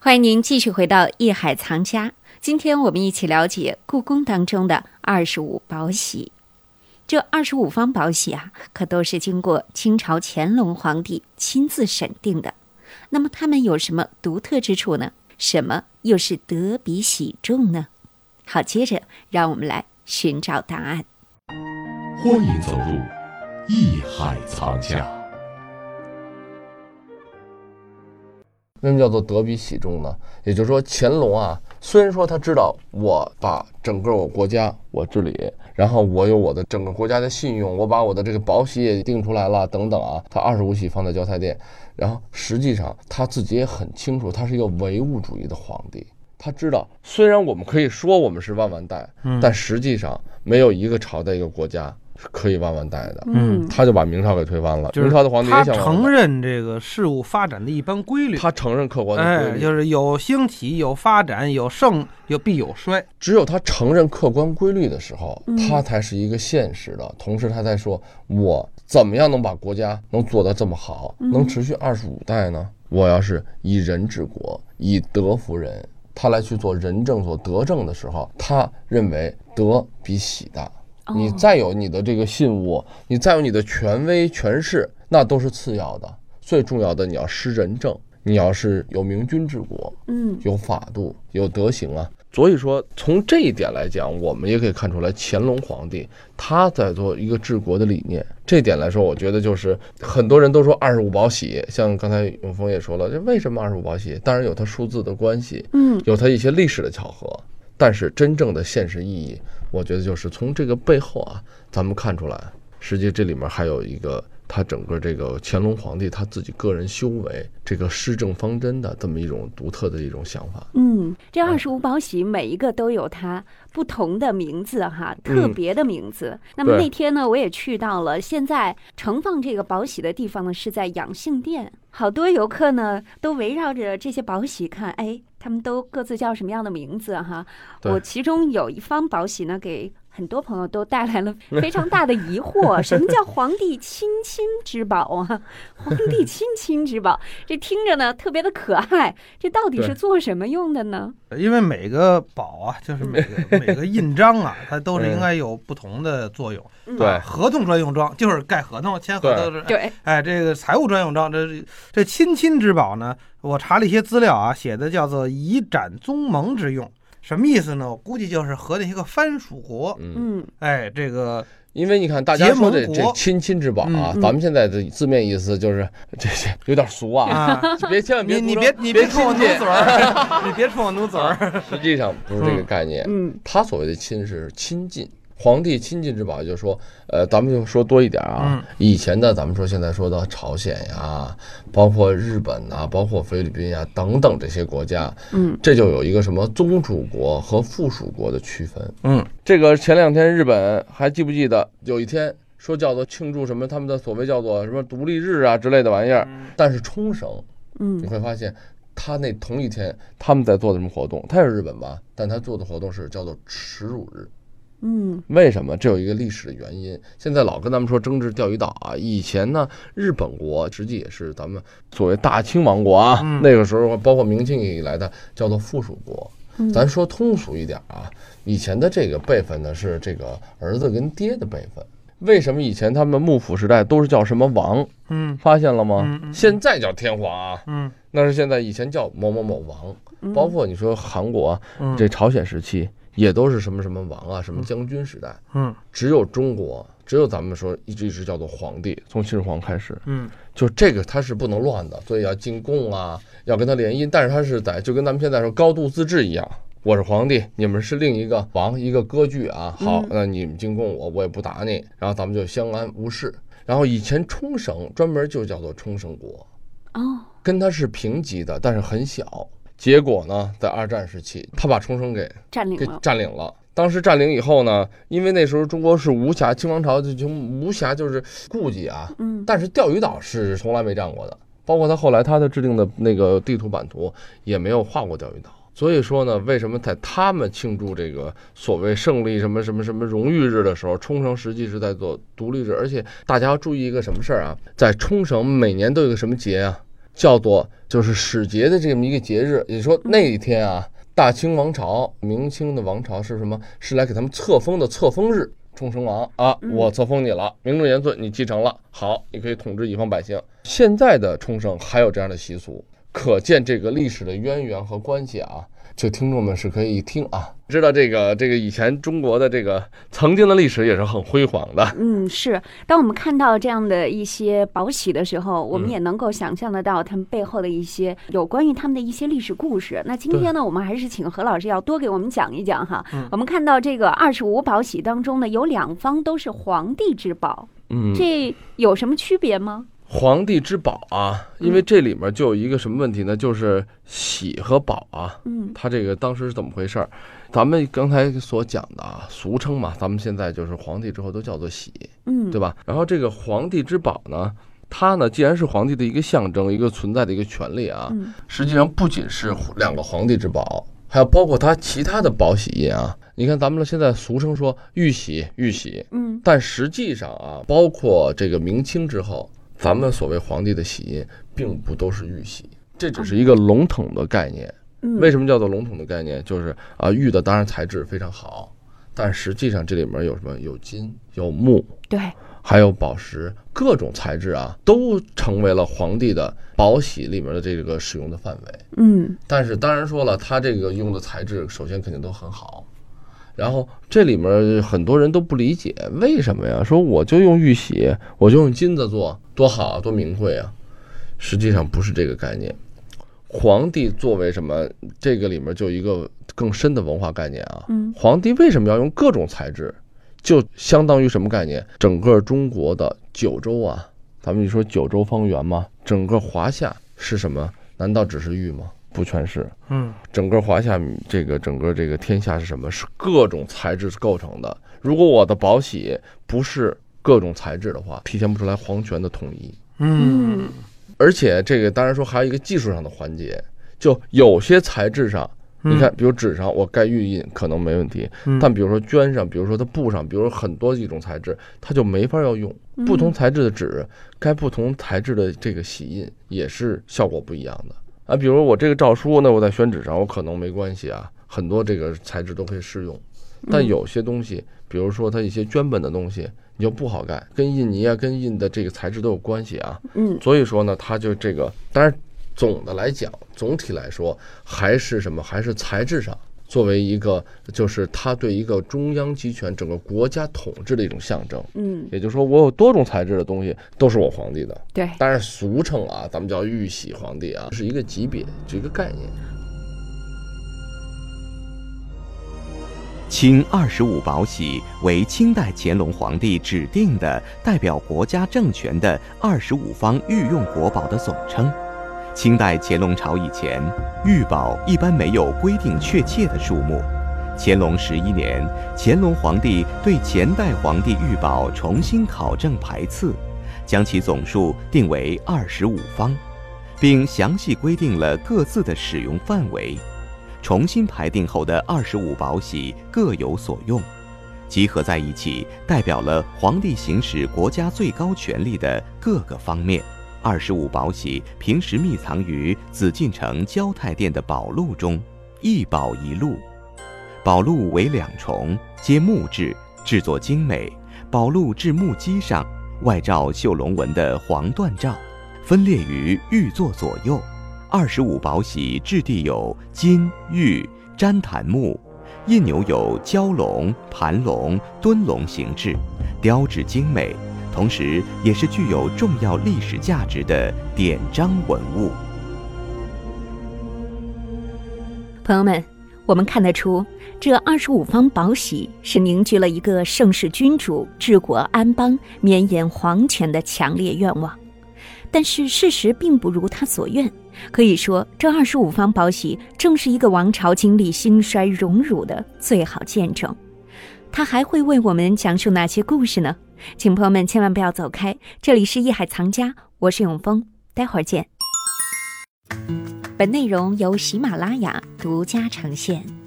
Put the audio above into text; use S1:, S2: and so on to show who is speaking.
S1: 欢迎您继续回到《艺海藏家》，今天我们一起了解故宫当中的二十五宝玺。这二十五方宝玺啊，可都是经过清朝乾隆皇帝亲自审定的。那么它们有什么独特之处呢？什么又是得比喜中呢？好，接着让我们来寻找答案。
S2: 欢迎走入艺海藏家。
S3: 为什么叫做得比喜中呢？也就是说，乾隆啊，虽然说他知道我把整个我国家我治理，然后我有我的整个国家的信用，我把我的这个宝玺也定出来了，等等啊，他二十五玺放在交泰殿，然后实际上他自己也很清楚，他是一个唯物主义的皇帝。他知道，虽然我们可以说我们是万万代，
S4: 嗯
S3: 但实际上没有一个朝代、一个国家是可以万万代的。
S4: 嗯，
S3: 他就把明朝给推翻了，
S4: 就是
S3: 明朝的皇帝
S4: 他
S3: 也想万万
S4: 承
S3: 代
S4: 认这个事物发展的一般规律，
S3: 他承认客观的规
S4: 哎，
S3: 律，
S4: 就是有兴起，有发展，有盛，有必有衰。
S3: 只有他承认客观规律的时候
S1: 嗯，
S3: 他才是一个现实的。同时，他在说我怎么样能把国家能做得这么好，能持续二十五代呢？我要是以人治国，以德服人，他来去做仁政、做德政的时候，他认为德比喜大。你再有你的这个信物，你再有你的权威、权势，那都是次要的。最重要的，你要施仁政，你要是有明君治国，
S1: 嗯
S3: 有法度，有德行啊。所以说，从这一点来讲，我们也可以看出来，乾隆皇帝他在做一个治国的理念。这点来说，我觉得就是很多人都说二十五宝玺，像刚才永峰也说了，这为什么二十五宝玺？当然有它数字的关系，
S1: 嗯
S3: 有它一些历史的巧合，但是真正的现实意义，我觉得就是从这个背后啊，咱们看出来，实际这里面还有一个他整个这个乾隆皇帝他自己个人修为，这个施政方针的这么一种独特的一种想法。
S1: 嗯，这二十五宝玺每一个都有它不同的名字哈，
S3: 嗯
S1: 特别的名字。那么
S3: 对
S1: 那天呢，我也去到了现在盛放这个宝玺的地方呢，是在养性殿。好多游客呢都围绕着这些宝玺看，哎，他们都各自叫什么样的名字哈？
S3: 对
S1: 我其中有一方宝玺呢，给很多朋友都带来 了非常大的疑惑：什么叫皇帝亲亲之宝 啊？皇帝亲亲之宝，这听着呢特别的可爱，这到底是
S3: 对
S1: 做什么用的呢？
S4: 因为每个宝啊，就是每 个每个印章啊，它都是
S3: 嗯
S4: 应该有不同的作用。啊
S1: 嗯
S3: 对
S4: 合同专用章就是盖合同、签合同的时候，
S1: 对，
S4: 哎，这个财务专用章，这这亲亲之宝呢，我查了一些资料啊，写的叫做以展宗盟之用，什么意思呢？我估计就是和那些个藩属国，
S3: 嗯，
S1: 嗯
S4: 哎，这个
S3: 因为你看大家说这
S4: 结盟
S3: 这
S4: 国
S3: 亲亲之宝
S1: 嗯
S3: 啊，
S1: 嗯
S3: 咱们现在的字面意思就是这这有点俗啊，
S4: 啊，
S3: 别千万别
S4: 你你
S3: 读
S4: 别
S3: 成
S4: 你
S3: 别啊
S4: 冲我
S3: 亲
S4: 努
S3: 近
S4: 嘴， 儿，你别冲我努嘴儿。
S3: 实际上不是这个概念。
S1: 嗯
S3: 他所谓的亲是亲近，皇帝亲近之宝，也就是说，呃，咱们就说多一点啊。以前的咱们说，现在说到朝鲜呀，包括日本啊，包括菲律宾呀等等这些国家，
S1: 嗯
S3: 这就有一个什么宗主国和附属国的区分。
S4: 嗯，
S3: 这个前两天日本还记不记得有一天说叫做庆祝什么他们的所谓叫做什么独立日啊之类的玩意儿，但是冲绳你
S1: 嗯
S3: 会发现，他那同一天他们在做的什么活动？他也是日本吧，但他做的活动是叫做耻辱日。
S1: 嗯
S3: 为什么？这有一个历史的原因。现在老跟咱们说争执钓鱼岛啊，以前呢，日本国实际也是咱们所谓大清王国啊，
S4: 嗯
S3: 那个时候包括明清以来的叫做附属国。
S1: 嗯
S3: 咱说通俗一点啊，以前的这个辈分呢是这个儿子跟爹的辈分。为什么以前他们幕府时代都是叫什么王？
S4: 嗯
S3: 发现了吗？
S4: 嗯嗯
S3: 现在叫天皇啊。
S4: 嗯
S3: 那是现在以前叫某某某王，
S1: 嗯
S3: 包括你说韩国啊
S4: 嗯
S3: 这朝鲜时期也都是什么什么王啊，什么将军时代，
S4: 嗯
S3: 只有中国，只有咱们说一直一直叫做皇帝，从秦始皇开始，
S4: 嗯
S3: 就这个它是不能乱的，所以要进贡啊，要跟他联姻，但是它是在就跟咱们现在说高度自治一样。我是皇帝，你们是另一个王，一个割据啊。好
S1: 嗯，
S3: 那你们进贡我，我也不打你，然后咱们就相安无事。然后以前冲绳专门就叫做冲绳国，
S1: 哦
S3: 跟它是平级的，但是很小。结果呢，在二战时期，他把冲绳给
S1: 占领
S3: 给
S1: 了，
S3: 占领了。当时占领以后呢，因为那时候中国是无暇，清王朝就就无暇就是顾忌啊，
S1: 嗯
S3: 但是钓鱼岛是从来没占过的，包括他后来他的制定的那个地图版图也没有画过钓鱼岛。所以说呢，为什么在他们庆祝这个所谓胜利什么什么什么荣誉日的时候，冲绳实际是在做独立日？而且大家要注意一个什么事儿啊？在冲绳每年都有一个什么节啊？叫做就是使节的这么一个节日。也就是说那一天啊，大清王朝、明清的王朝是什么？是来给他们册封的册封日。冲绳王啊，我册封你了，名正言顺，你继承了，好，你可以统治一方百姓。现在的冲绳还有这样的习俗，可见这个历史的渊源和关系啊。就听众们是可以一听啊，知道这个这个以前中国的这个曾经的历史也是很辉煌的。
S1: 嗯，是。当我们看到这样的一些宝玺的时候，我们
S3: 嗯
S1: 也能够想象得到他们背后的一些有关于他们的一些历史故事。那今天呢，我们还是请何老师要多给我们讲一讲哈。
S4: 嗯
S1: 我们看到这个二十五宝玺当中呢，有两方都是皇帝之宝，
S3: 嗯，
S1: 这有什么区别吗？
S3: 皇帝之宝啊，因为这里面就有一个什么问题呢？就是玺和宝啊，
S1: 嗯
S3: 它这个当时是怎么回事儿？咱们刚才所讲的啊，俗称嘛，咱们现在就是皇帝之后都叫做玺，
S1: 嗯，
S3: 对吧？然后这个皇帝之宝呢，它呢既然是皇帝的一个象征，一个存在的一个权利啊，
S1: 嗯
S3: 实际上不仅是两个皇帝之宝，还有包括它其他的宝玺印啊。你看咱们现在俗称说玉玺，玉玺，
S1: 嗯
S3: 但实际上啊，包括这个明清之后，咱们所谓皇帝的玺印，并不都是玉玺，这只是一个笼统的概念。
S1: 嗯，
S3: 为什么叫做笼统的概念？就是啊，玉的当然材质非常好，但实际上这里面有什么？有金，有木，
S1: 对，
S3: 还有宝石，各种材质啊，都成为了皇帝的宝玺里面的这个使用的范围。
S1: 嗯
S3: 但是当然说了，它这个用的材质首先肯定都很好，然后这里面很多人都不理解为什么呀？说我就用玉玺，我就用金子做，多好啊，多名贵啊！实际上不是这个概念。皇帝作为什么？这个里面就有一个更深的文化概念啊。
S1: 嗯
S3: 皇帝为什么要用各种材质？就相当于什么概念？整个中国的九州啊，咱们一说九州方圆嘛，整个华夏是什么？难道只是玉吗？不全是。
S4: 嗯
S3: 整个华夏这个整个这个天下是什么？是各种材质构成的。如果我的宝玺不是各种材质的话，体现不出来皇权的统一。
S4: 嗯
S1: 嗯
S3: 而且这个当然说还有一个技术上的环节，就有些材质上，
S4: 嗯
S3: 你看，比如纸上我盖玉印可能没问题，
S4: 嗯
S3: 但比如说绢上，比如说它布上，比如说很多一种材质，它就没法要用。
S1: 嗯
S3: 不同材质的纸，该不同材质的这个玺印也是效果不一样的啊。比如我这个诏书呢，我在宣纸上我可能没关系啊，很多这个材质都可以适用，
S4: 嗯
S3: 但有些东西，比如说它一些绢本的东西，你就不好盖，跟印泥啊、跟印的这个材质都有关系啊。
S1: 嗯
S3: 所以说呢，它就这个，当然总的来讲，总体来说还是什么，还是材质上作为一个，就是它对一个中央集权、整个国家统治的一种象征。
S1: 嗯，
S3: 也就是说，我有多种材质的东西都是我皇帝的，
S1: 对。
S3: 当然俗称啊，咱们叫玉玺皇帝啊，是一个级别，是一个概念。
S5: 清二十五宝玺为清代乾隆皇帝指定的代表国家政权的二十五方御用国宝的总称。清代乾隆朝以前，御宝一般没有规定确切的数目。乾隆十一年，乾隆皇帝对前代皇帝御宝重新考证排次，将其总数定为二十五方，并详细规定了各自的使用范围。重新排定后的二十五宝玺各有所用，集合在一起，代表了皇帝行使国家最高权力的各个方面。二十五宝玺平时密藏于紫禁城交泰殿的宝录中，一宝一录。宝录为两重，皆木质，制作精美。宝录至木基上，外罩绣龙纹的黄缎罩，分列于玉座左右。二十五宝玺质地有金、玉、标檀木，印钮有蛟龙、盘龙、蹲龙形制，雕制精美，同时也是具有重要历史价值的典章文物。
S6: 朋友们，我们看得出，这二十五方宝玺是凝聚了一个盛世君主治国安邦、绵延皇权的强烈愿望。但是事实并不如他所愿，可以说，这二十五方宝玺正是一个王朝经历兴衰荣辱的最好见证。他还会为我们讲述哪些故事呢？请朋友们千万不要走开，这里是《艺海藏家》，我是永峰，待会儿见。本内容由喜马拉雅独家呈现。